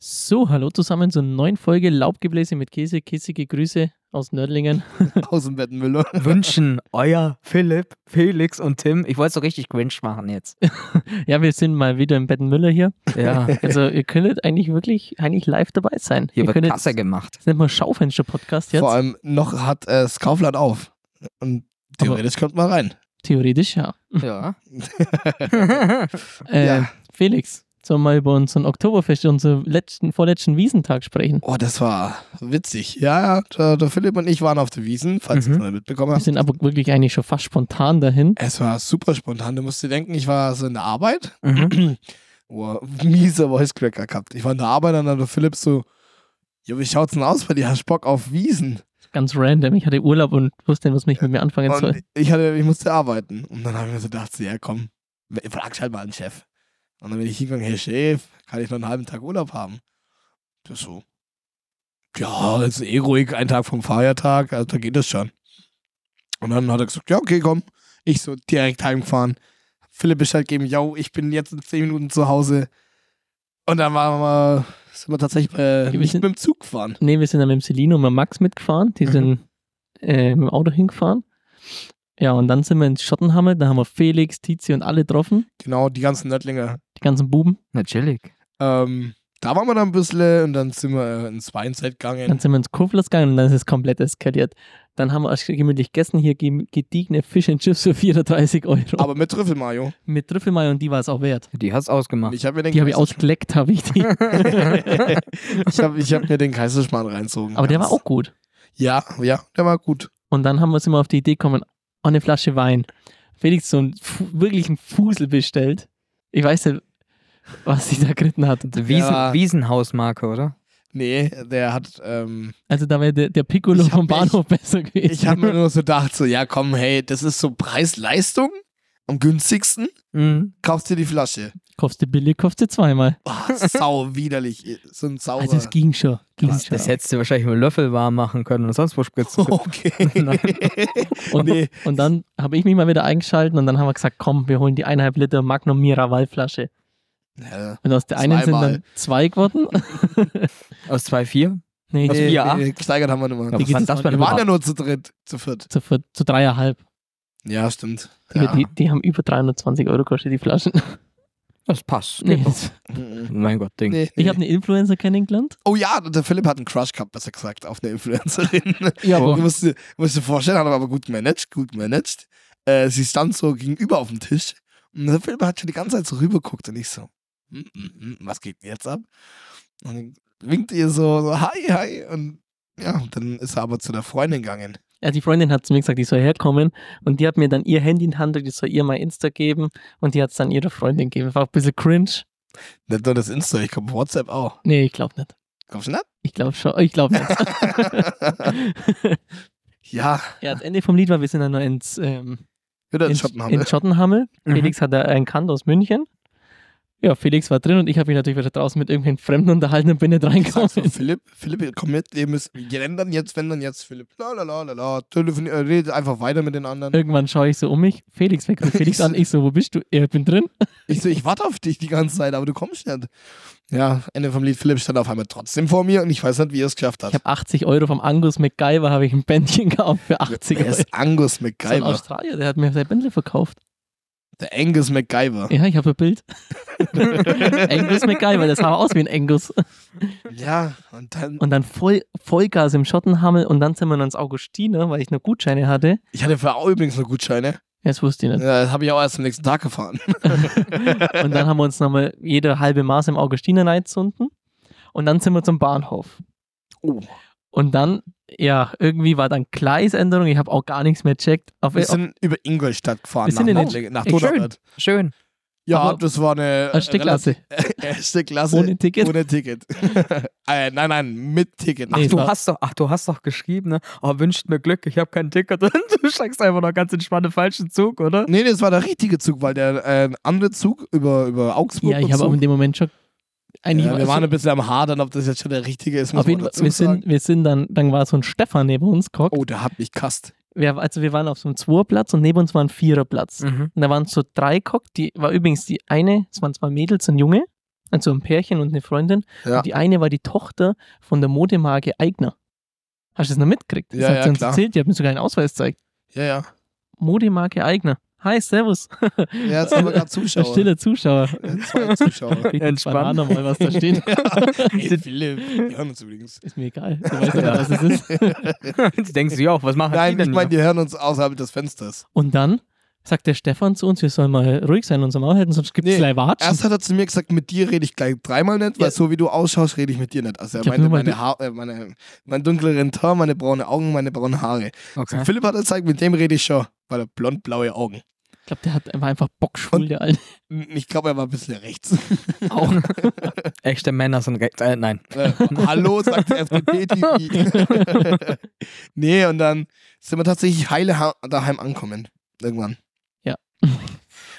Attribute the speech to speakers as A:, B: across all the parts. A: So, hallo zusammen zur neuen Folge Laubgebläse mit Käse. Kissige Grüße aus Nördlingen.
B: Aus dem Bettenmüller.
C: Wünschen euer Philipp, Felix und Tim. Ich wollte es so richtig cringe machen jetzt.
A: Ja, wir sind mal wieder im Bettenmüller hier.
C: Ja,
A: Also, ihr könntet eigentlich wirklich eigentlich live dabei sein.
C: hier
A: ihr
C: wird
A: könntet,
C: Kasse gemacht.
A: das nennt man Schaufenster-Podcast jetzt.
B: Vor allem noch hat äh, das Kaufland auf. Und theoretisch kommt man rein.
A: Theoretisch, ja.
C: Ja.
A: Äh,
B: Ja.
A: Felix, sollen wir mal über unseren Oktoberfest, unseren letzten, vorletzten Wiesentag sprechen?
B: Oh, das war witzig. Ja, ja, der, der Philipp und ich waren auf der Wiesen, falls
C: Mhm.
B: ihr es mal mitbekommen
A: Wir
B: habt.
A: sind aber wirklich eigentlich schon fast spontan dahin.
B: Es war super spontan. Du musst dir denken, ich war so in der Arbeit.
C: mhm.
B: Oh, mieser Voicecracker gehabt. Ich war in der Arbeit und dann der Philipp so, Jo, wie schaut's denn aus bei dir? Hast Bock auf Wiesen?
A: Ganz random. Ich hatte Urlaub und wusste nicht, was mich mit mir anfangen soll.
B: Und ich, hatte, ich musste arbeiten. Und dann habe ich mir so gedacht, so, ja komm, frag halt mal den Chef. Und dann bin ich hingegangen, hey Chef, kann ich noch einen halben Tag Urlaub haben? Das so, ja, ist eh ruhig, ein Tag vom Feiertag, also da geht das schon. Und dann hat er gesagt, ja okay, komm. Ich so direkt heimgefahren. Philipp Bescheid geben, yo, ich bin jetzt in 10 Minuten zu Hause. Und dann waren wir, sind wir tatsächlich äh,
A: Wir
B: nicht
A: sind-
B: mit dem Zug gefahren.
A: Nee, wir sind dann mit dem Celino und mit dem Max mitgefahren. Die
B: Mhm.
A: sind äh, mit dem Auto hingefahren. Ja, und dann sind wir ins Schottenhammer. Da haben wir Felix, Tizi und alle getroffen.
B: Genau, die ganzen Nördlinger.
A: Die ganzen Buben.
C: Na, chillig.
B: Ähm, da waren wir dann ein bisschen und dann sind wir äh, ins Weinzelt
A: Dann
B: gegangen.
A: sind wir ins Kurflers gegangen und dann ist es komplett eskaliert. Dann haben wir erst gemütlich gegessen. Hier ge- gediegene Fish and Chips für 34 Euro.
B: Aber mit Trüffelmayo.
A: mit Trüffelmai und die war es auch wert.
C: Die hat's ausgemacht.
B: Ich habe mir den
A: Ah. Die habe ich
B: Kaisersch-
A: ausgeleckt, habe ich die.
B: ich hab, ich hab mir den Kaiserschmarrn reinzogen.
A: Aber der war auch gut.
B: Ja, ja, der war gut.
A: Und dann haben wir uns immer auf die Idee gekommen, oh, eine Flasche Wein. Felix so einen, fu- wirklich einen Fusel bestellt. Ich weiß nicht, was sie da geritten hat.
C: Wiesen,
B: Ja.
C: Wiesenhausmarke, oder?
B: Nee, der hat. Ähm,
A: Also da wäre der, der Piccolo
B: Ich hab
A: vom
B: mir-
A: Bahnhof besser gewesen.
B: ich habe mir nur so gedacht, so, ja komm, hey, das ist so Preis-Leistung. Am günstigsten
C: Mhm.
B: kaufst du die Flasche.
A: kaufst du billig, kaufst du zweimal.
B: Oh, sau widerlich. So ein saurer.
A: Also es ging schon. Ging
C: Das,
A: schon.
C: das hättest du wahrscheinlich mit dem Löffel warm machen können und sonst wo spritzen
B: Oh.
C: können.
B: okay.
A: und,
B: nee.
A: und dann habe ich mich mal wieder eingeschalten und dann haben wir gesagt, komm, wir holen die eineinhalb Liter Magnum Miraval Flasche.
B: ja,
A: Und aus der einen sind
B: Zweimal.
A: dann zwei geworden.
C: Aus 2,4?
A: nee,
C: Was
A: nee,
C: wir-
B: nee,
C: vier, acht?
B: nee, gesteigert haben wir nicht
C: Ja,
B: mal.
A: Wie
C: was
A: geht's
C: war das
A: jetzt
C: für
B: Wir
C: ein
A: weiter?
B: waren ja
C: Überraschung?
B: nur zu dritt, zu viert.
A: zu, vier- zu dreieinhalb.
B: Ja, stimmt.
A: Die,
B: Ja.
A: die, die haben über 320 Euro gekostet, die Flaschen.
C: Das passt.
A: Nee,
C: Nee.
A: das,
B: Mhm.
C: Mein Gott, Ding.
B: Nee,
A: ich
B: nee.
A: habe eine Influencer kennengelernt.
B: Oh ja, der Philipp hat einen Crush gehabt, besser gesagt, auf eine Influencerin.
A: Ja,
B: Du musst, dir- musst dir vorstellen, hat er aber gut managed, gut managed. Äh, sie stand so gegenüber auf dem Tisch und der Philipp hat schon die ganze Zeit so rübergeguckt und ich so, "Hm, hm, hm, was geht denn jetzt ab? Und dann winkt ihr so, so, hi, hi. Und ja, dann ist er aber zu der Freundin gegangen.
A: Ja, die Freundin hat zu mir gesagt, ich soll herkommen und die hat mir dann ihr Handy in die Hand gedrückt, ich soll ihr mein Insta geben und die hat es dann ihrer Freundin gegeben. War auch ein bisschen cringe.
B: Nicht nur das Insta, ich komme WhatsApp auch.
A: Nee, ich glaube nicht.
B: Kommst du nicht?
A: Ich glaube schon. Ich glaube nicht.
B: ja,
A: ja, das Ende vom Lied war, wir sind dann noch ins, ähm,
B: wieder in
A: ins-
B: Schatten haben
A: in Schottenhammel.
C: Mhm.
A: Felix hat da einen Kant aus München. Ja, Felix war drin und ich habe mich natürlich wieder draußen mit irgendwelchen Fremden unterhalten und bin nicht
B: Ich sag so,
A: reingekommen.
B: Philipp, Philipp, komm mit, ihr müsst, wenn dann jetzt, wenn dann jetzt, Philipp, la la la la la, telefon- äh, redet einfach weiter mit den anderen.
A: Irgendwann schaue ich so um mich. Felix weg. Felix
B: Ich-
A: an. Ich so, wo bist du? Ja, Ich bin drin.
B: Ich so, ich warte auf dich die ganze Zeit, aber du kommst nicht. Ja, Ende vom Lied, Philipp stand auf einmal trotzdem vor mir und ich weiß nicht, wie er es geschafft
A: Ich
B: hat.
A: habe 80 Euro vom Angus MacGyver, habe ich ein Bändchen gekauft für 80
B: Er
A: Euro.
B: ist Angus
A: So ein
B: MacGyver.
A: Australier, der hat mir sein Bändle verkauft.
B: Der Angus MacGyver.
A: Ja, ich habe ein Bild. Angus MacGyver, das sah aus wie ein Angus.
B: Ja, und dann,
A: Und dann voll, Vollgas im Schottenhammel und dann sind wir noch ins Augustiner, weil ich noch Gutscheine hatte.
B: ich hatte für auch übrigens noch Gutscheine.
A: Ja, Das wusste ich nicht.
B: Ja, das habe ich auch erst am nächsten Tag gefahren.
A: Und dann haben wir uns nochmal jede halbe Maß im Augustiner reingezunden. Und dann sind wir zum Bahnhof.
B: Oh.
A: Und dann, ja, irgendwie war dann Gleisänderung. Ich habe auch gar nichts mehr checkt. Auf,
B: Wir sind über Ingolstadt gefahren,
A: Wir sind in
B: nach,
A: den-
B: Nördlingen- nach
A: Ey, schön.
B: Donauwörth.
C: Schön.
B: Ja,
A: Aber-
B: das war eine
A: auf Stückklasse.
B: erste Klasse
A: Ohne Ticket.
B: äh, ohne Ticket. äh, nein, nein, mit Ticket.
A: Nee,
C: Ach, du
A: war-
C: hast doch, ach, du hast doch geschrieben, ne? Oh, wünscht mir Glück, ich habe kein Ticket. Und du steigst einfach noch ganz entspannt im falschen Zug, oder?
B: Nee, nee, das war der richtige Zug, weil der äh, andere Zug über, über Augsburg.
A: Ja, ich
B: und
A: habe
B: so.
A: auch in dem Moment schon. Eigentlich
B: ja,
A: war
B: Wir
A: so-
B: waren ein bisschen am Hadern, ob das jetzt schon der richtige ist.
A: also-
B: Muss
A: Auf jeden Fall,
B: man dazu
A: wir
B: sagen.
A: sind, wir sind dann, dann war so ein Stefan neben uns gehockt.
B: Oh, der hat mich kast.
A: Wir, also wir waren auf so einem Zweierplatz und neben uns war ein Viererplatz.
C: Mhm.
A: Und da waren so drei gehockt, die war übrigens die eine, es waren zwei Mädels und ein Junge. also ein Pärchen und eine Freundin.
B: Ja.
A: Und die eine war die Tochter von der Modemarke Eigner. Hast du das noch mitgekriegt? Das
B: Ja,
A: hat
B: ja,
A: sie uns
B: klar.
A: erzählt, die hat mir sogar einen Ausweis gezeigt.
B: Ja, ja.
A: Modemarke Eigner. Hi, servus.
B: Ja, jetzt haben wir gerade Zuschauer.
A: Stiller Zuschauer.
B: Ja, Zwei Zuschauer.
A: Ich
C: Entspannt.
A: Banane mal, was da steht.
B: Hey, Philipp, die hören uns übrigens.
A: Ist mir egal. Du weißt ja, was es ist.
C: Jetzt denken sie auch, was machen
B: Nein,
C: die
B: ich
C: denn?
B: meine,
C: hier?
B: die hören uns außerhalb des Fensters.
A: Und dann sagt der Stefan zu uns, wir sollen mal ruhig sein und uns am Maul halten, sonst gibt es
B: Nee,
A: gleich Watschen.
B: Erst hat er zu mir gesagt, mit dir rede ich gleich dreimal nicht, weil
A: Ja.
B: so wie du ausschaust, rede ich mit dir nicht. Also er
A: Ich hab
B: meinte
A: nur mal
B: meine, Haar, äh, meine mein dunkleren Teint, meine braune Augen, meine braunen Haare.
C: okay.
B: Philipp hat gezeigt, mit dem rede ich schon, weil er blond-blaue Augen.
A: Ich glaube, der hat war einfach bockschwul, der Alte.
B: Ich glaube, er war ein bisschen rechts.
A: Auch.
C: Echte Männer sind rechts. Äh, nein.
B: Äh, Hallo, sagt die FDP-TV. nee, und dann sind wir tatsächlich heile ha- daheim ankommen. Irgendwann.
A: Ja.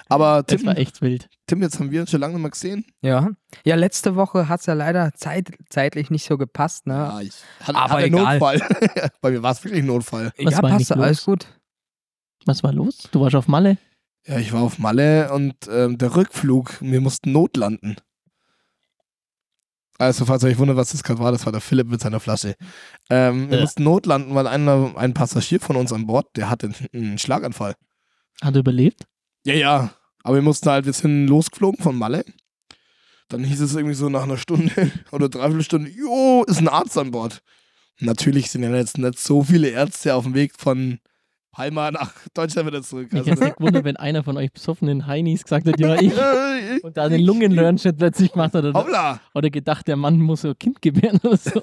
B: Aber
A: Das war
B: Tim,
A: echt wild.
B: Tim, jetzt haben wir uns schon lange nicht mehr gesehen.
C: Ja. Ja, letzte Woche hat es ja leider zeit, zeitlich nicht so gepasst, ne?
B: Ah, ich hatte,
C: Aber
B: hatte
C: egal.
B: Notfall. Bei mir war es wirklich ein Notfall.
A: Was
C: ja,
A: war
C: passt,
A: eigentlich
C: alles gut.
A: Was war los? Du warst auf Malle.
B: Ja, ich war auf Malle und ähm, der Rückflug, wir mussten notlanden. Also, falls ihr euch wundert, was das gerade war, das war der Philipp mit seiner Flasche. Ähm, wir
A: Ja.
B: mussten notlanden, weil einer, ein Passagier von uns an Bord, der hatte einen Schlaganfall.
A: Hat er überlebt?
B: Ja, ja. Aber wir mussten halt, wir sind losgeflogen von Malle. Dann hieß es irgendwie so nach einer Stunde oder dreiviertel Stunde, jo, ist ein Arzt an Bord. Natürlich sind ja jetzt nicht so viele Ärzte auf dem Weg von Palma nach Deutschland wieder zurück.
A: Mich
B: Also,
A: hätte es gewundert, wenn einer von euch besoffenen Heinis gesagt hat, ja, ich.
B: äh,
A: Und da den Lungenlernschnitt plötzlich gemacht hat. Oder,
B: Hoppla!
A: oder gedacht, der Mann muss so ein Kind gebären oder so.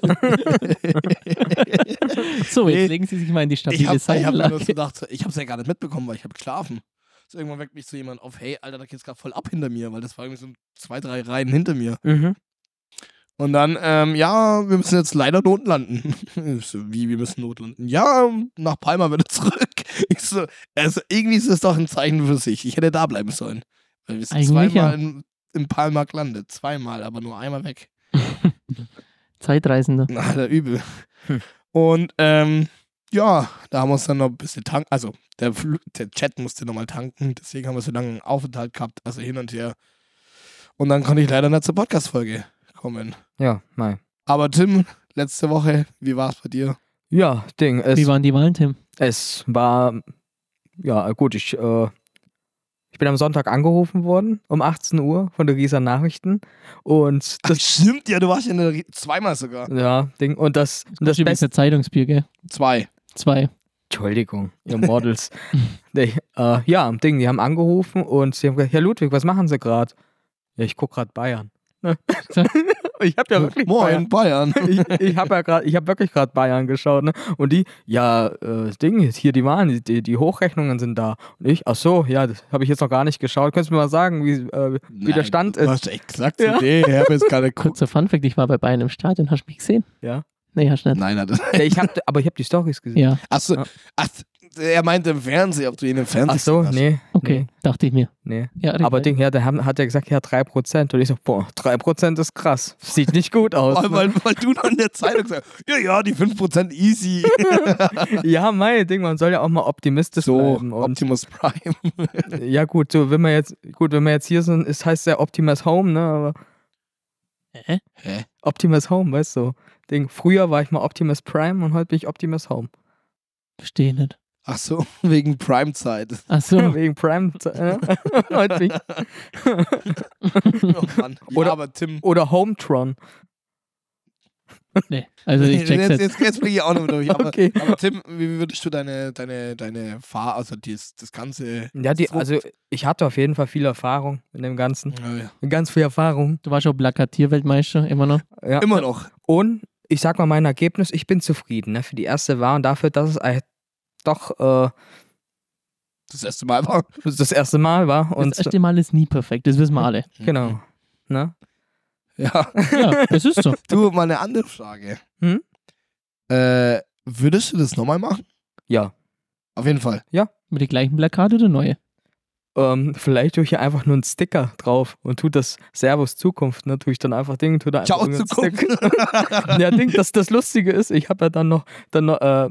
A: so, jetzt
B: Nee.
A: legen Sie sich mal in die
B: Ich
A: stabile
B: habe hab mir nur
A: Seitenlage.
B: so gedacht, ich habe es ja gar nicht mitbekommen, weil ich habe geschlafen. So, irgendwann weckt mich so jemand auf, hey, Alter, da geht's gerade voll ab hinter mir, weil das war irgendwie so zwei, drei Reihen hinter mir.
C: Mhm.
B: Und dann, ähm, ja, wir müssen jetzt leider notlanden. Ich so, wie, wir müssen notlanden? Ja, nach Palma wieder zurück. Ich so, also irgendwie ist das doch ein Zeichen für sich. Ich hätte da bleiben sollen. Weil wir sind
A: Eigentlich ja.
B: zweimal in, in Palma gelandet. Zweimal, aber nur einmal weg.
A: Zeitreisender.
B: Na, Alter, übel.
C: Hm.
B: Und, ähm, ja, da haben wir uns dann noch ein bisschen tanken. Also, der, Fl der Chat musste nochmal tanken. Deswegen haben wir so lange einen Aufenthalt gehabt. Also hin und her. Und dann konnte ich leider nicht zur Podcast-Folge kommen.
C: Ja, nein.
B: Aber Tim, letzte Woche, wie war es bei dir?
C: Ja, Ding. Es,
A: Wie waren die Wahlen, Tim?
C: es war. Ja, gut, ich. Äh, ich bin am Sonntag angerufen worden, um 18 Uhr, von der Gießer Nachrichten. Und das.
B: stimmt ja, du warst ja in der Re- zweimal sogar.
C: Ja, Ding. Und das. Und das
A: Das ist
C: Beste.
A: der Zeitungsbier, gell?
B: Zwei.
A: Zwei.
C: Entschuldigung, ihr Models. nee, äh, ja, Ding, die haben angerufen und sie haben gesagt, Herr Ludwig, was machen Sie gerade? Ja, ich gucke gerade Bayern. Ne? ich habe ja wirklich
B: Moin, Bayern.
C: Bayern. Ich, ich habe ja grad, ich hab wirklich gerade Bayern geschaut, ne? Und die, ja, äh, Ding, hier die Wahlen, die- die, die Hochrechnungen sind da. Und ich, ach so, ja, das habe ich jetzt noch gar nicht geschaut. Könntest du mir mal sagen, wie, äh, wie der Stand
B: Du
C: ist?
B: hast echt gesagt,
C: Ja.
B: nee, ich habe jetzt gerade geguckt.
A: Kurzer Funfact, ich war bei Bayern im Stadion. Hast du mich gesehen?
C: Ja.
A: Nee, hast du nicht.
B: Nein, das,
C: Ja, ich hab, aber ich habe die Stories gesehen.
A: Ja,
B: achso,
C: Ja.
B: ach, er meinte im Fernsehen, ob du ihn im Fernsehen
C: Ach so,
B: gesehen hast.
C: nee.
A: okay. Dachte ich mir.
C: Nee. nee.
A: Ja,
C: Aber
A: richtig.
C: Ding, ja, der haben- hat ja gesagt, ja, 3%. Und ich so, boah, 3% ist krass. Sieht nicht gut aus.
B: Weil,
C: ne?
B: weil, weil du noch in der Zeitung sagst, ja, ja, die 5% easy.
C: ja, mein Ding, man soll ja auch mal optimistisch
B: So,
C: bleiben. Und
B: Optimus Prime.
C: ja, gut, so, wenn wir jetzt, gut, wenn wir jetzt hier sind, es heißt ja Optimus Home, ne? Aber
A: Hä?
B: Hä?
C: Optimus Home, weißt du? Ding, früher war ich mal Optimus Prime und heute bin ich Optimus Home.
A: Verstehe nicht.
B: Ach so, wegen Prime-Zeit.
A: Ach so.
C: Wegen Prime. Äh, heute bin ich,
B: Oh Mann. Ja,
C: Oder-
B: aber Tim.
C: oder Hometron.
A: Nee, also ich
B: jetzt,
A: check's
B: jetzt,
A: jetzt.
B: jetzt, bin ich auch noch durch. Aber,
C: Okay.
B: aber Tim, wie würdest du deine, deine, deine Fahr, also dies, das ganze.
C: Ja, die,
B: So.
C: also ich hatte auf jeden Fall viel Erfahrung in dem Ganzen.
B: Ja,
C: Ganz viel Erfahrung.
A: Du warst schon Plakatierweltmeister, immer noch.
C: Ja.
B: Immer noch.
C: Und ich sag mal mein Ergebnis, ich bin zufrieden ne, für die erste Wahl und dafür, dass es halt doch äh,
B: Das erste Mal war.
C: das erste Mal war. Und
A: das erste Mal ist nie perfekt, das wissen wir alle.
C: genau. Ne?
B: Ja.
A: Ja, das ist so.
B: Du, mal eine andere Frage.
C: Hm?
B: Äh, würdest du das nochmal machen?
C: Ja.
B: Auf jeden Fall.
A: Mit den gleichen Plakate oder neue?
C: Ähm, vielleicht tue ich hier einfach nur einen Sticker drauf und tue das Servus Zukunft, ne? Tue ich dann einfach Ding, tue da einfach
B: Ciao,
C: irgendeinen
B: Zukunft.
C: Sticker. ja, Ding, das, das Lustige ist, ich habe ja dann noch, dann noch äh,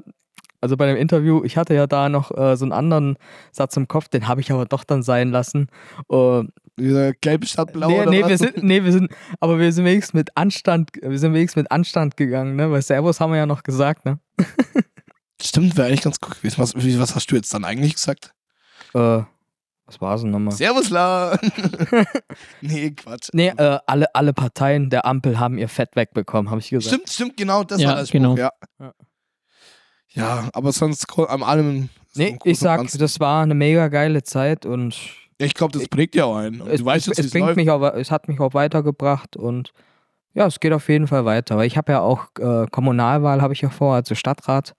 C: also bei dem Interview, ich hatte ja da noch äh, so einen anderen Satz im Kopf, den habe ich aber doch dann sein lassen. Äh,
B: Dieser gelbe statt blau
C: nee,
B: oder
C: nee,
B: was?
C: wir sind, nee, wir sind, aber wir sind wenigstens mit Anstand, wir sind wenigstens mit Anstand gegangen, ne? Weil Servus haben wir ja noch gesagt, ne?
B: Stimmt, wäre eigentlich ganz gut gewesen. Was, wie- was hast du jetzt dann eigentlich gesagt?
C: Äh, was war's denn nochmal?
B: Servus, La! nee, Quatsch. Ähm,
C: Nee, äh, alle, alle Parteien der Ampel haben ihr Fett wegbekommen, habe ich gesagt.
B: Stimmt, stimmt, genau das
A: Ja,
B: war das
A: genau.
B: ja.
C: Ja.
B: ja, aber sonst gro- am allem. so im
C: Nee,
B: Großen
C: ich
B: und
C: sag,
B: Ganzen-
C: das war eine mega geile Zeit und
B: Ich glaube, das prägt ja auch einen. Und
C: es,
B: du weißt jetzt,
C: es, es,
B: wie es
C: bringt
B: läuft.
C: mich auch, es hat mich auch weitergebracht und ja, es geht auf jeden Fall weiter. Weil ich habe ja auch äh, Kommunalwahl habe ich ja vor, also Stadtrat.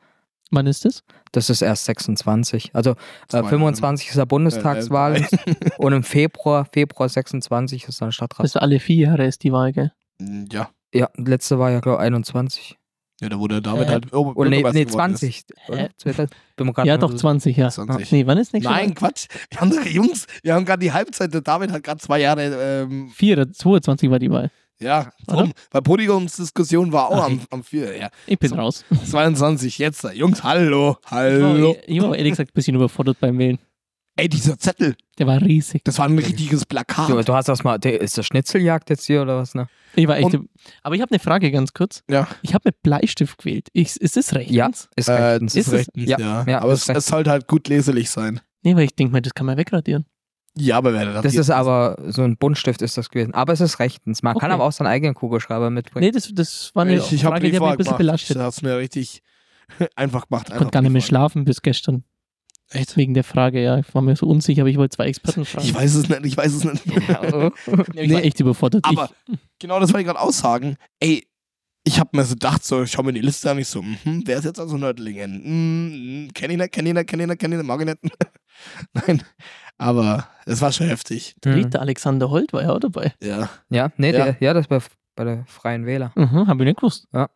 A: Wann ist es?
C: Das ist erst 26. Also äh, 25 ist ja Bundestagswahl
B: Äh,
C: und im Februar, Februar 26 ist dann Stadtrat.
A: Das war alle vier Jahre ist die Wahl, gell?
B: Ja.
C: Ja, letzte war ja glaube ich 21.
B: ja, da wurde David
A: Äh,
B: halt. Oh,
C: Oder nee,
B: Bürgermeister
C: nee
B: geworden
C: 20.
A: Hä?
C: Zweiter Demokraten-
A: Äh. Ja, doch, 20, ja.
B: 20.
A: Nee, wann ist
B: Ist.
A: nächste
B: Nein, Quatsch. Wir haben doch, Jungs, wir haben gerade die Halbzeit. Der David hat gerade zwei Jahre. Ähm,
A: Wahl? 4, 22 war die Wahl.
B: ja,
A: Oder?
B: drum. Bei Podiumsdiskussion war auch
A: Ach,
B: am, am 4. Ja.
A: Ich bin
B: So.
A: raus.
B: 22, jetzt. Jungs, hallo,
A: Ich
B: hallo.
A: war, eh, ich war ehrlich gesagt ein bisschen überfordert beim Wählen.
B: Ey, dieser Zettel,
A: Der war riesig.
B: das war ein richtiges Plakat.
C: Du, du hast das mal, der- ist das Schnitzeljagd jetzt hier oder was, ne?
A: Ich war echt. aber ich habe eine Frage ganz kurz.
B: Ja.
A: Ich habe mit Bleistift gewählt. Ich, ist das recht?
C: Ja, ist
B: Äh,
C: rechtens.
B: das ist
A: Ist es?
B: rechtens,
C: Ja,
B: ja.
C: ja,
B: Aber
C: ist
B: es,
C: recht.
B: es sollte halt gut leserlich sein.
A: Nee, weil ich denke mal, das kann man wegradieren.
B: Ja, aber wer hat
C: Das
B: hier-
C: ist aber so ein Buntstift ist das gewesen. Aber es ist rechtens. Man kann
A: Okay.
C: aber auch seinen eigenen Kugelschreiber mitbringen.
A: Nee, das, das war eine
B: ich, ich habe
A: Frage,
B: die
A: die hat mich
B: vorher
A: ein bisschen
B: gemacht.
A: belastet.
B: Das hat's mir richtig einfach gemacht.
A: Ich konnte gar nicht mehr schlafen bis gestern.
B: Echt?
A: Wegen der Frage, ja. Ich war mir so unsicher, aber ich wollte zwei Experten fragen.
B: Ich weiß es nicht, ich weiß es nicht.
C: Also.
A: Ja, ich war
B: nee,
A: echt überfordert.
B: aber genau das wollte ich gerade aussagen. Ey, ich habe mir so gedacht, so, ich schaue mir die Liste an, ich so, mhm, wer ist jetzt also Nördlingen? Mhm, kenn ich nicht, kenn ich nicht, kenn ich nicht, kenn ich nicht, mag ich nicht. Nein, aber es war schon heftig.
A: ich, der Richter Alexander Holt war ja auch dabei.
B: Ja.
C: Ja, nee,
B: Ja.
C: ja, der, ja das bei, bei der Freien Wähler.
A: Mhm, habe ich nicht gewusst.
C: Ja,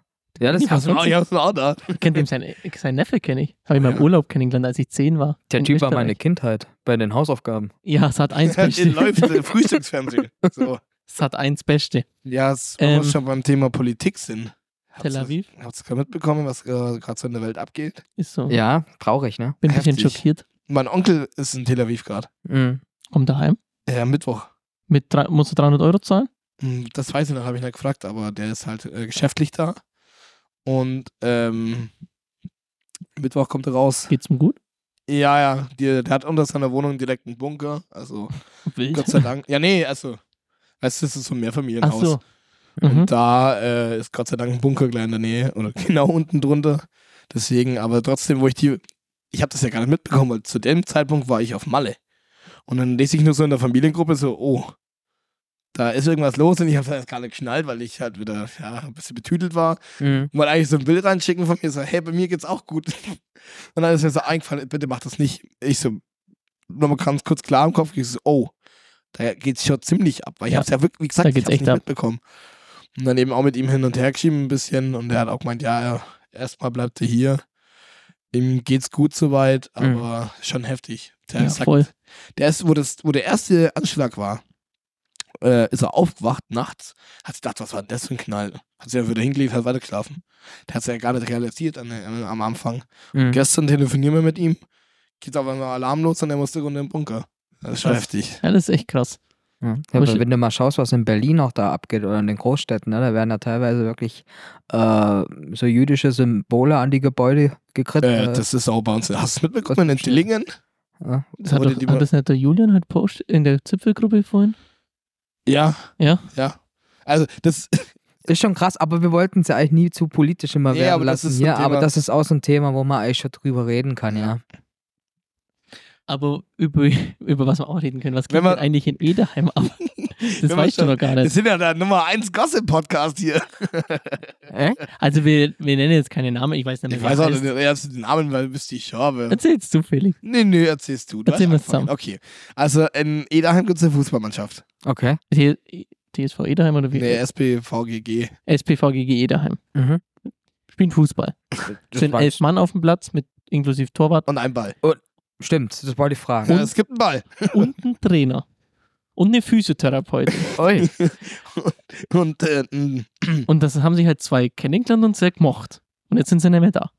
C: das
A: Ja,
C: ist
A: so-
B: Oh, ich hab's auch da.
A: Kennt ihm sein, sein Neffe, kenne ich. Habe ich mal im Urlaub kennengelernt, als ich zehn war.
C: der
A: In
C: Typ war
A: Österreich.
C: meine Kindheit bei den Hausaufgaben.
A: Ja, Sat 1
B: Den
A: Beste.
B: läuft äh, Frühstücksfernsehen. So.
A: Sat 1 Beste.
B: Ja, es
A: Ähm,
B: muss schon beim Thema Politik sind.
A: Tel Aviv
B: Habt ihr gerade mitbekommen, was äh, gerade so in der Welt abgeht?
A: ist so.
C: Ja, traurig, ne?
A: Bin ein bisschen
B: heftig.
A: schockiert.
B: Mein Onkel ist in Tel Aviv gerade.
C: Mhm.
A: Komm daheim.
B: Ja, Mittwoch.
A: Mit drei, musst du 300 Euro zahlen?
B: Hm, Das weiß ich noch, habe ich nicht gefragt, aber der ist halt äh, geschäftlich da. Und ähm, Mittwoch kommt er raus.
A: Geht's ihm gut?
B: Ja, ja, die, der hat unter seiner Wohnung direkt einen Bunker. Also,
A: Wild.
B: Gott sei Dank. Ja, nee, also, weißt du, das ist so ein
A: Ach
B: Mehrfamilienhaus.
A: so. Mhm.
B: Und da äh, ist Gott sei Dank ein Bunker gleich in der Nähe oder genau unten drunter. Deswegen, aber trotzdem, wo ich die, ich habe das ja gar nicht mitbekommen, weil zu dem Zeitpunkt war ich auf Malle. Und dann lese ich nur so in der Familiengruppe so, oh, da ist irgendwas los und ich habe es erst gar nicht geschnallt, weil ich halt wieder ja, ein bisschen betütelt war.
C: Mhm.
B: Und wollte eigentlich so ein Bild reinschicken von mir, so, hey, bei mir geht's auch gut. Und dann ist mir so eingefallen, bitte mach das nicht. Ich so, nochmal ganz kurz klar im Kopf, ich so, oh, da geht's schon ziemlich ab. Weil ich
A: Ja.
B: hab's ja wirklich, wie gesagt,
A: Da
B: ich
A: geht's
B: hab's
A: echt
B: nicht
A: ab.
B: mitbekommen. Und dann eben auch mit ihm hin und her geschrieben ein bisschen und er hat auch gemeint, ja, ja, erstmal bleibt er hier. Ihm geht's gut soweit,
C: Mhm.
B: aber schon heftig. Der
A: Ja,
B: sagt,
A: voll.
B: der ist, wo, das, wo der erste Anschlag war, äh, ist er aufgewacht nachts, hat sich gedacht, was war denn das für ein Knall? Hat sich dann wieder hingelegt, hat weitergeschlafen. Der hat es ja gar nicht realisiert an, an, am Anfang.
C: Mhm.
B: Gestern telefonieren wir mit ihm, geht aber mal Alarm los und er musste runter im Bunker. Das ist schon
A: Krass.
B: heftig.
A: Ja, das ist echt krass.
C: Ja, aber
A: Muss-
C: wenn du mal schaust, was in Berlin auch da abgeht oder in den Großstädten, ne, da werden ja teilweise wirklich äh, so jüdische Symbole an die Gebäude gekritzt.
B: Äh, das ist auch bei uns. Hast du es mitbekommen? In
C: Gott,
B: Dillingen?
C: ja.
A: Das hat,
B: Wurde
A: doch,
B: die mal-
A: hat das nicht der Julian halt postet in der Zipfelgruppe vorhin?
B: Ja.
A: Ja.
B: Ja. Also, das,
C: Ist schon krass, aber wir wollten es ja eigentlich nie zu politisch immer
B: Ja,
C: werden
B: aber das
C: lassen.
B: ist so ein
C: ja, aber
B: Thema.
C: das ist auch so ein Thema, wo man eigentlich schon drüber reden kann, ja.
A: Aber über, über was wir auch reden können, was geht
B: Wenn man-
A: denn eigentlich in Ederheim ab? Das
B: man
A: weißt du
B: schon-
A: noch gar
B: wir
A: nicht.
B: sind ja der Nummer 1 Gossip-Podcast hier.
C: Äh?
A: Also wir, wir nennen jetzt keine Namen, ich weiß nicht mehr,
B: Ich
A: wer
B: weiß auch
A: heißt.
B: nicht, erst den Namen, weil wüsste ich schon, aber.
A: Erzähl's zufällig.
B: Nee, nee, erzählst du. du
A: Erzähl
B: hast
A: mir
B: angefangen.
A: zusammen.
B: Okay. Also in Ederheim gibt es eine Fußballmannschaft.
C: Okay.
A: T- TSV Ederheim oder wie?
B: Nee, SPVGG.
A: SPVGG Ederheim.
C: Mhm.
A: Spielen Fußball.
C: Das
A: sind
C: war-
A: elf Mann auf dem Platz mit inklusive Torwart
B: Und ein Ball.
C: Stimmt, das wollte ich fragen.
B: Ja, es gibt einen Ball.
A: und ein Trainer. Und eine Physiotherapeutin.
C: Ui.
B: Und äh, mh,
A: Und das haben sich halt zwei kennengelernt und sehr gemocht. Und jetzt sind sie nicht mehr da.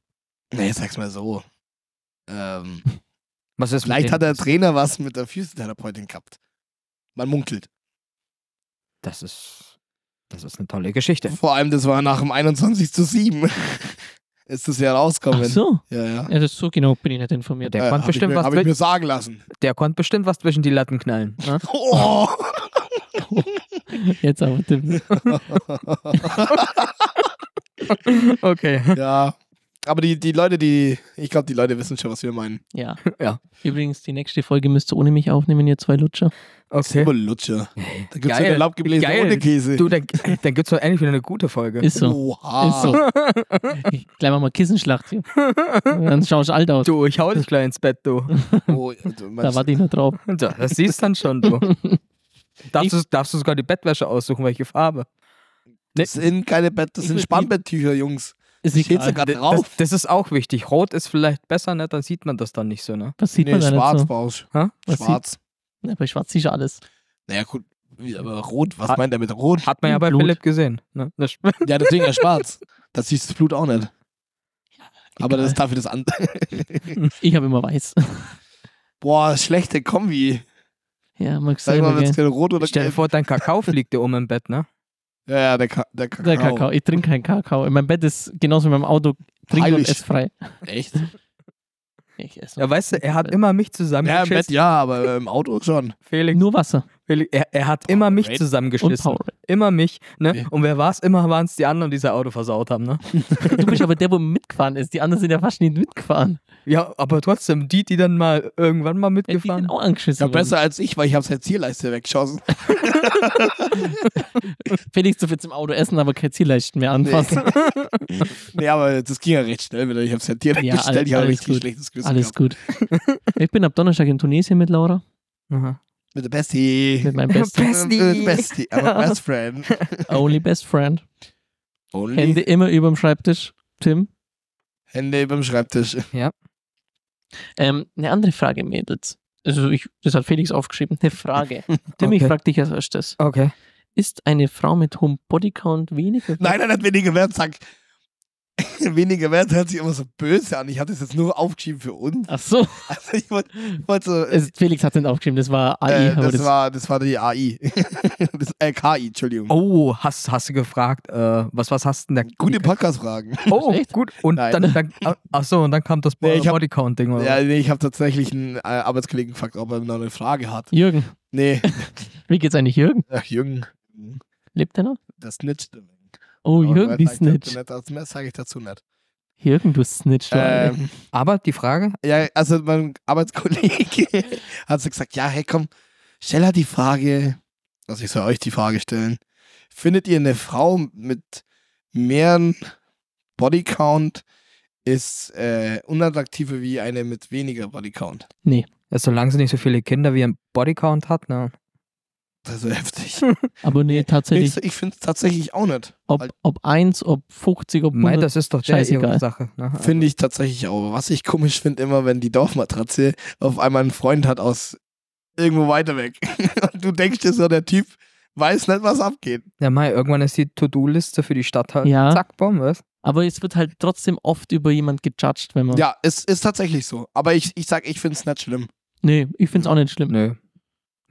B: nee, sag's mal so. Ähm,
C: Was ist mit
B: vielleicht
C: den-
B: hat der Trainer was mit der Physiotherapeutin gehabt. Man munkelt.
C: Das ist, das ist eine tolle Geschichte.
B: Vor allem, das war nach dem 21 zu 7. ist das ja rausgekommen.
A: Ach so.
B: Ja, ja. Äh,
A: Ja, das so genau bin ich nicht informiert.
C: Der konnte
B: hab
C: bestimmt
B: ich mir,
C: was
B: Habe ich
C: mit-
B: mir sagen lassen.
C: Der konnte bestimmt was zwischen die Latten knallen. Ne?
B: Oh.
A: Jetzt aber Tim.
C: Okay.
B: ja. Aber die, die Leute, die, ich glaube, die Leute wissen schon, was wir meinen.
A: Ja.
C: Ja.
A: Übrigens, die nächste Folge müsst ihr ohne mich aufnehmen, ihr zwei Lutscher.
C: Okay.
B: Über Lutscher. Da gibt es
C: Geil.
B: ja Laubgebläse
C: Geil.
B: ohne Käse.
C: Du, dann, dann gibt's doch endlich wieder eine gute Folge.
A: Ist so.
B: Oha.
A: Ist so. Ich- Gleich machen wir Kissenschlacht hier. Dann schaust du alt aus.
C: du, ich hau dich gleich ins Bett, du.
B: Oh, du
A: da
B: meinst,
A: warte ich noch drauf.
C: So, Das siehst dann schon, du. Darfst du, darfst du sogar die Bettwäsche aussuchen, welche Farbe?
B: das sind keine Bett, das
A: Ich
B: sind
A: würd-
B: Spannbetttücher, Jungs.
A: Ist
B: Steht
A: egal.
B: sogar
C: D-
B: drauf.
C: Das, das ist auch wichtig. Rot ist vielleicht besser, ne? Dann sieht man das dann nicht so, ne?
A: Was sieht
B: nee,
A: man da
B: schwarz
A: nicht
B: brauchst
C: Hä?
B: du.
A: Was
B: Schwarz.
A: so? Ja, bei Ne, Schwarz siehst du alles.
B: Naja, gut. Wie, Aber rot, was
C: Hat-
B: meint er mit rot?
C: Hat man ja bei
A: Blut.
C: Philipp gesehen. Ne? Das-
B: Ja, deswegen ja schwarz. Das siehst du Blut auch nicht. Aber
A: Egal.
B: das ist dafür das andere.
A: Ich habe immer weiß.
B: Boah, schlechte Kombi.
A: Ja, magst du
B: Sag mal,
A: immer,
B: wenn
A: gell?
B: es rot oder
C: Stell dir
B: gelb
C: vor, dein Kakao fliegt dir um im Bett, ne?
B: Ja, ja, der, Ka der Kakao.
A: Der Kakao. Ich trinke keinen Kakao. In meinem Bett ist genauso wie in meinem Auto trink und
B: Heilig.
A: ess frei.
B: Echt?
A: Ich esse
C: Ja, weißt du, er hat immer
B: Ja,
C: mich
B: im Bett
C: zusammengeschissen.
B: ja, aber im Auto schon.
C: Felix,
A: nur Wasser
C: Felix er, er hat immer mich
B: Powerade.
A: und
C: zusammengeschissen.
A: Power.
C: Immer mich,
B: Nee.
C: ne? Und wer war's? Immer waren es die anderen, die sein Auto versaut haben, ne?
A: Du bist aber der, wo mitgefahren ist. Die anderen sind ja fast nicht mitgefahren.
C: Ja, aber trotzdem, die, die dann mal irgendwann mal
A: Ja, Die
C: mitgefahren.
A: sind auch angeschissen.
B: Ja,
A: worden.
B: besser als ich, weil ich hab's halt Zierleiste weggeschossen.
A: Felix darf jetzt im Auto essen, aber kein Zielleisten mehr anfassen.
B: Nee, aber das ging ja recht schnell wieder. Ich hab's halt direkt
A: Ja,
B: gestellt.
A: alles-
B: Ich habe
A: alles
B: richtig
A: gut.
B: schlechtes Gewissen
A: Alles
B: gehabt.
A: gut. Ich bin ab Donnerstag in Tunesien mit Laura,
C: Aha.
B: Mit der Bestie.
A: mit meinem besten
C: Bestie.
B: Mit Bestie. Aber Best Friend.
A: Only Best Friend.
B: Only
A: Hände
B: Hände.
A: immer über dem Schreibtisch, Tim.
B: Hände beim Schreibtisch.
A: Ähm, eine andere Frage, Mädels. Also ich, das hat Felix aufgeschrieben. Eine Frage. Tim, ich
C: Okay.
A: frage dich als erstes.
C: Okay.
A: Ist eine Frau mit hohem Bodycount wenig?
B: Nein, er hat weniger Wert, sag. weniger Wert hört sich immer so böse an. Ich hatte es jetzt nur aufgeschrieben für uns.
A: Ach so.
B: Also ich wollte wollt so.
A: Es, Felix hat es nicht aufgeschrieben, das war AI.
B: äh,
A: aber
B: das, war, das war die AI. das, äh, KI, Entschuldigung.
C: Oh, hast, hast du gefragt, äh, was, was hast denn da?
B: Gute Podcast-Fragen.
C: Oh,
A: Echt?
C: gut. Und
B: Nein.
C: dann, dann, ah, ach so, und dann kam das
B: Nee, ich hab-
C: Bodycount-Ding oder
B: Ja, nee, ich habe tatsächlich einen äh, Arbeitskollegen gefragt, ob er noch eine Frage hat.
A: Jürgen,
B: Nee,
A: wie geht's eigentlich Jürgen?
B: ach, Jürgen,
A: Lebt er noch?
B: das snitcht.
A: Oh,
B: Aber
A: Jürgen, die
B: sag ich dazu
A: Snitch.
B: nicht, Das mehr sage ich dazu nicht.
A: Jürgen, du Snitch. Du Alter.
B: Ähm,
C: was? Aber die Frage,
B: ja, also mein Arbeitskollege hat so gesagt, ja, hey, komm, stell halt die Frage, also ich soll euch die Frage stellen. Findet ihr eine Frau mit mehreren Bodycount ist äh, unattraktiver wie eine mit weniger Bodycount?
C: ja, solange sie nicht so viele Kinder wie ein Bodycount hat, ne?
B: Das ist so heftig.
A: Aber nee,
B: Ich,
A: tatsächlich,
B: ich finde es tatsächlich auch nicht.
A: ob, ob 1, ob 50, ob
C: Mei,
A: 100.
C: das ist doch der
A: Scheißegal.
C: ihre Sache. Ne? Also,
B: Finde ich tatsächlich auch. Aber Was ich komisch finde, immer wenn die Dorfmatratze auf einmal einen Freund hat aus irgendwo weiter weg. Und du denkst dir so, der Typ weiß nicht, was abgeht.
C: Ja, Mai, irgendwann ist die To-Do-Liste für die Stadt halt.
A: Ja.
C: Zack, bumm, was?
A: Aber es wird halt trotzdem oft über jemand gejudged, wenn man.
B: Ja, es ist tatsächlich so. Aber ich, ich sag, ich finde es nicht schlimm.
A: Nee, ich find's auch nicht schlimm.
C: Nö.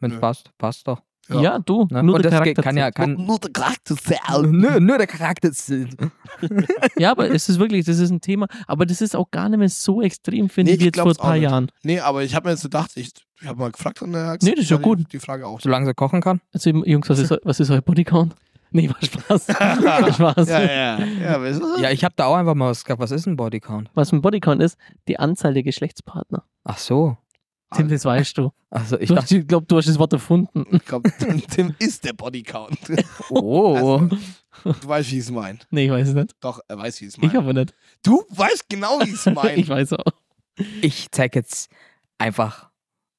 C: Wenn's
B: Nö.
C: passt, passt doch.
A: Ja,
B: Ja.
A: du,
C: Ne?
A: nur
C: und
A: der
C: das geht-
A: Charakter.
C: kann ja,
A: zählt.
C: kann,
B: Nur der Charakter zählt.
C: Nö, nur der Charakter zählt.
A: ja, aber es ist wirklich, das ist ein Thema. Aber das ist auch gar nicht mehr so extrem, finde
B: Nee,
A: ich
B: ich
A: jetzt vor ein
B: glaub's auch
A: paar
B: nicht.
A: Jahren.
B: Nee, aber ich habe mir jetzt gedacht, ich, ich habe mal gefragt und er hat
A: Nee, das ist ja
B: gesagt,
A: gut.
B: ich- Die Frage auch.
C: Solange sie kochen kann.
A: Also, Jungs, was ist, eu- was ist euer Bodycount? Nee, war Spaß. war Spaß.
B: Ja, ja, ja. weißt du?
C: Ja, ich habe da auch einfach mal was gehabt. Was ist ein Bodycount?
A: Was ein Bodycount ist, die Anzahl der Geschlechtspartner.
C: Ach so.
A: Tim, das weißt du.
C: Also ich
A: du
C: dachte,
A: hast- ich glaube, du hast das Wort erfunden.
B: Ich glaub, Tim ist der Bodycount.
C: oh.
B: Du weißt, wie ich es meine.
A: Also, Nee, ich weiß es nicht.
B: Doch, er weiß, wie ich es
A: Ich
B: meine.
A: aber nicht.
B: Du weißt genau, wie ich es meine.
A: Ich weiß auch.
C: Ich zeig jetzt einfach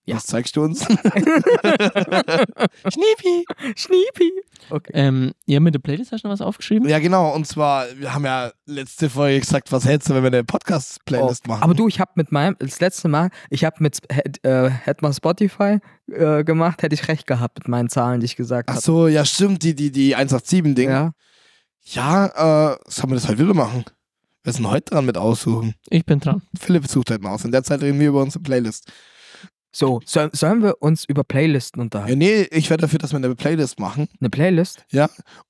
C: Ja.
B: Was zeigst du uns? Schniepi.
C: Schniepi. Okay.
A: Ähm, ihr habt mit der Playlist hast du noch was aufgeschrieben?
B: Ja, genau. Und zwar, wir haben ja letzte Folge gesagt, was hältst du, wenn wir eine Podcast-Playlist machen?
C: Oh. Aber du, ich habe mit meinem, das letzte Mal, ich habe mit, hätte äh, hätt man Spotify äh, gemacht, hätte ich recht gehabt mit meinen Zahlen, die ich gesagt
B: Ach
C: habe.
B: so, ja, stimmt, die, die, die 187-Ding. Ja,
C: Ja.
B: äh, sollen wir das heute wieder machen? Wir sind heute dran mit aussuchen.
A: Ich bin dran.
B: Philipp sucht halt mal aus. In der Zeit reden wir über unsere Playlist.
C: So, soll, sollen wir uns über Playlisten unterhalten?
B: Ja, nee, ich werde dafür, dass wir eine Playlist machen.
C: Eine Playlist?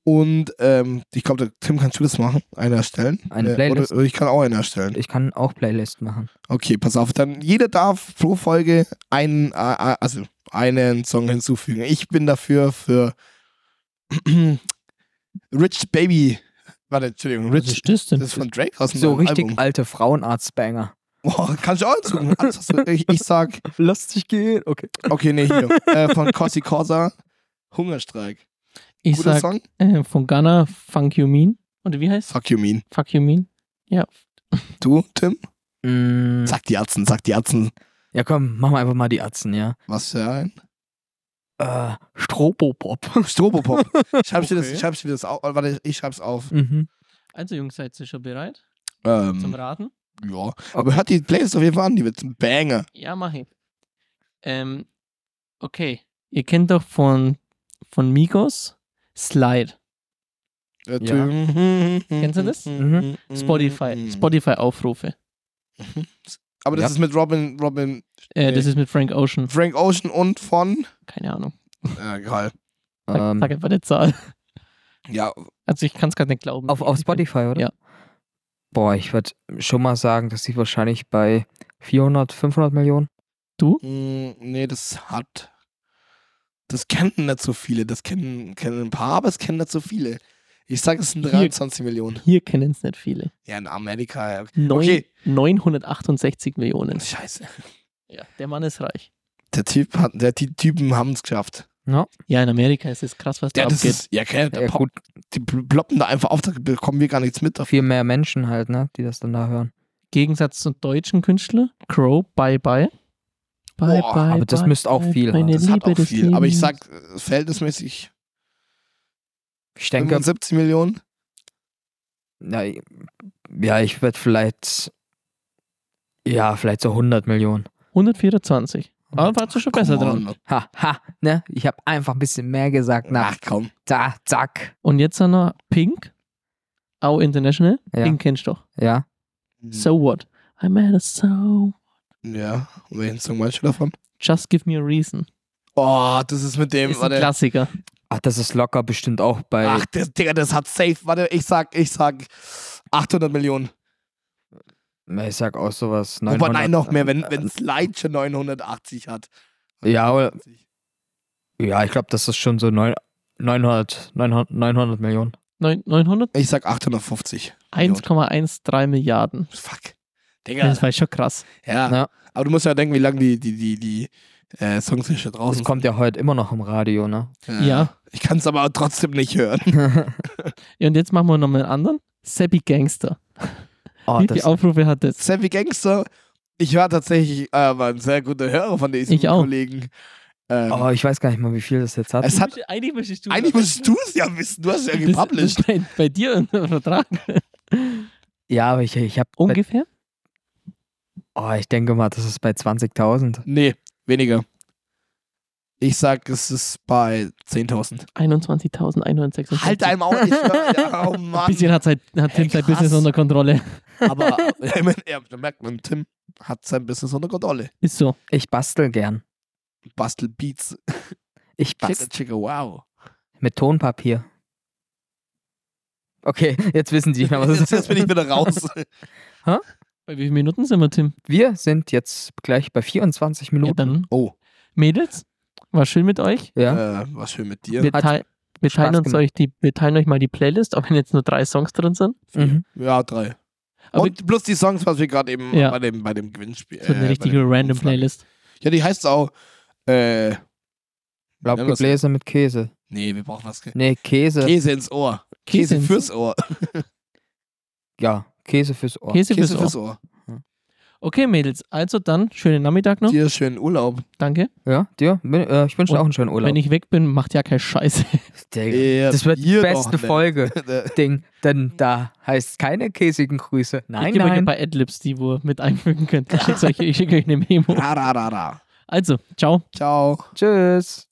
B: Und ähm, ich glaube, der Tim kannst du das machen, eine erstellen.
C: Eine
B: Äh,
C: Playlist?
B: Oder, oder ich kann auch eine erstellen.
C: Ich kann auch Playlist machen.
B: Okay, pass auf, dann jeder darf pro Folge einen, äh, äh, also einen Song hinzufügen. Ich bin dafür für Rich Baby. Warte, Entschuldigung,
A: Was
B: Rich.
A: ist das denn?
B: Das ist von Drake aus dem
C: So
B: neuen
C: richtig
B: Album.
C: alte Frauenarzt-Banger.
B: Boah, kannst du auch hinzufügen. Alles, was du- ich, ich sag,
C: Lass dich gehen. Okay.
B: okay, nee, hier. Äh, von Cossi Corsa, Hungerstreik.
A: ich
B: Guter
A: sag
B: Song?
A: äh, von Ghana, Funk You Mean. Oder wie heißt
B: Fuck you mean.
A: Fuck You Mean? Ja.
B: Du, Tim?
C: Mm,
B: Sag die Atzen, sag die Atzen.
C: ja, komm, machen wir einfach mal die Atzen, ja.
B: Was für ein?
C: Äh, Strobopop.
B: Strobopop. Schreibst du
A: Okay.
B: das, schreibst du das auf? Warte, ich schreib's auf.
C: mhm.
A: Also, Jungs, seid ihr schon bereit zum
B: Ähm,
A: Raten?
B: ja. Aber hört die Playlist auf jeden Fall an, die wird ein Banger.
A: Ja, mach ich. Ähm, okay. Ihr kennt doch von, von Migos Slide.
B: Kennst
A: du das?
C: Mhm.
B: Mm,
A: Spotify. Äh, Spotify-Aufrufe.
B: Aber das
C: Ja.
B: ist mit Robin, Robin,
A: Äh, Das
B: Nee.
A: ist mit Frank Ocean.
B: Frank Ocean und von.
A: Keine Ahnung.
B: Äh, geil.
A: Sag,
C: Ähm,
A: sag einfach die Zahl.
B: Ja,
A: Also ich kann es gerade nicht glauben.
C: auf, auf Spotify, oder?
A: Ja.
C: Boah, ich würde schon mal sagen, dass sie wahrscheinlich bei 400, 500 Millionen.
B: Mm, Nee, das hat. Das kennen nicht so viele. Das kennen, kennen ein paar, aber es kennen nicht so viele. Ich sag, es sind
A: Hier-
B: 23 Millionen.
A: Hier kennen es nicht viele.
B: Ja, in Amerika. ja, Okay.
A: Neun,
B: Okay.
A: 968 Millionen.
B: Scheiße.
A: Ja, der Mann ist reich.
B: Der Typ hat, der, die Typen haben es geschafft.
A: Ja, in Amerika ist es krass, was da
B: Ja, das
A: abgeht.
B: ist, ja, okay,
C: Ja,
B: der pop-
C: gut,
B: die pl- ploppen da einfach auf, da bekommen wir gar nichts mit. davon.
C: viel mehr Menschen halt, ne, die das dann da hören.
A: Im Gegensatz zum deutschen Künstler, Crow, Bye Bye. Bye,
B: Boah,
A: bye,
C: aber das
A: bye,
C: müsste auch
A: bye,
C: viel haben.
A: meine
B: Das hat
A: Liebe
B: auch
A: des
B: viel. Aber ich
A: Lebens.
B: sag, äh, verhältnismäßig
C: Ich denke,
B: 75 Millionen.
C: na, ja, ich werde vielleicht, ja, vielleicht so 100 Millionen.
A: 124. Aber warst du schon besser
B: Come
A: dran.
B: on.
C: Ha, ha, ne, ich habe einfach ein bisschen mehr gesagt. Na,
B: Ach komm.
C: da, zack.
A: Und jetzt dann noch Pink, Au International.
C: Ja.
A: Pink kennst du doch.
C: Ja,
B: Mhm.
A: So what? I met a so.
B: Ja, und welchen Song meinst du davon?
A: Just give me a reason.
B: Oh, das ist mit dem.
A: Ist ein
B: warte.
A: Klassiker.
C: ach, das ist locker bestimmt auch bei,
B: Ach, das, Digga, das hat safe. Warte, ich sag, ich sag 800 Millionen.
C: na, ich sag auch sowas, 900.
B: Wobei, nein, noch mehr, wenn, wenn Slide schon 980 hat.
C: Ja, aber- Ja, ich glaube, das ist schon so neun- 900, 900, 900 Millionen.
A: Neun- 900?
B: Ich sag 850.
A: 1,13 Milliarden.
B: Fuck.
A: Ja.
B: Digga.
A: Das war schon krass.
B: Ja.
C: Ja.
B: Aber du musst ja denken, wie lange die, die, die, die äh, Songs hier schon draußen
C: Das kommt ja heute immer noch im Radio, ne?
B: sind.
A: Ja. ja.
B: Ich kann es aber trotzdem nicht hören.
A: Und jetzt machen wir nochmal einen anderen. Seppi Gangster.
C: Oh,
A: Wie viele
C: das,
A: Aufrufe hat das?
B: Savvy Gangster, ich war tatsächlich äh, war ein sehr guter Hörer von diesem
A: Ich auch.
B: Kollegen. Ähm,
C: oh, ich weiß gar nicht mal, wie viel das jetzt hat.
B: es hat,
A: eigentlich möchtest du.
B: eigentlich müsstest du es ja wissen. Du hast es ja
A: das, das
B: gepublished.
A: ist bei, bei dir im Vertrag.
C: ja, aber ich, ich habe
A: Ungefähr?
C: Oh, ich denke mal, das ist bei 20.000.
B: Nee, weniger. Ich sag, es ist bei 10.000.
A: 21.166.
B: Halt dein Maul, ich schwör, ja, Oh Mann.
A: Ein bisschen hat, sein, hat Tim
B: Hey,
A: sein
B: krass.
A: Business unter Kontrolle.
B: Aber ich mein, ja, da merkt man, Tim hat sein Business unter Kontrolle.
A: Ist so.
C: Ich bastel gern.
B: Bastel Beats.
C: Ich
B: Bastel
C: bastel
B: Chica, wow.
C: mit Tonpapier. Okay, jetzt wissen die, was
B: Jetzt,
C: es
B: jetzt
C: ist.
B: bin ich wieder raus.
A: Bei wie vielen Minuten sind wir, Tim?
C: Wir sind jetzt gleich bei 24
A: Ja,
C: Minuten.
A: dann.
B: Oh,
A: Mädels, war schön mit euch.
C: Ja,
B: äh, was schön mit dir.
A: Wir,
C: Hat
A: teil, wir,
C: Spaß
A: teilen uns
C: gemacht.
A: euch die, wir teilen euch mal die Playlist, auch wenn jetzt nur drei Songs drin sind.
C: Mhm.
B: Ja, drei.
A: Aber
B: Und plus die Songs, was wir gerade eben
A: Ja.
B: bei, dem, bei dem Gewinnspiel.
A: so
B: äh,
A: eine
B: bei
A: richtige
B: dem
A: random
B: Umfrage-
A: Playlist.
B: Ja, die heißt auch. Äh, das-
C: Laubgebläse mit Käse.
B: nee, wir brauchen was. Käse,
C: Nee, Käse.
B: Käse ins Ohr. Käse,
A: ins-
B: fürs Ohr.
C: ja, Käse fürs Ohr.
A: Käse fürs
B: Käse
A: Ohr.
B: fürs Ohr.
A: Okay, Mädels, also dann schönen Nachmittag noch.
B: Dir schönen Urlaub.
A: Danke.
C: Ja, dir? Mir- äh, Ich wünsche dir
A: Und
C: auch einen schönen Urlaub.
A: Wenn ich weg bin, macht ja keine Scheiße.
C: Digga, das wird die
B: Ihr
C: beste
B: doch nicht.
C: Folge.
B: Äh,
C: Ding, denn da heißt keine käsigen Grüße.
A: ich
C: Nein,
A: gebe euch ein
C: nein.
A: paar Adlibs, die ihr mit einfügen könnt. Ich schicke euch, ich schick euch eine Memo.
B: ra, ra, ra, ra.
A: Also, ciao.
B: Ciao.
C: Tschüss.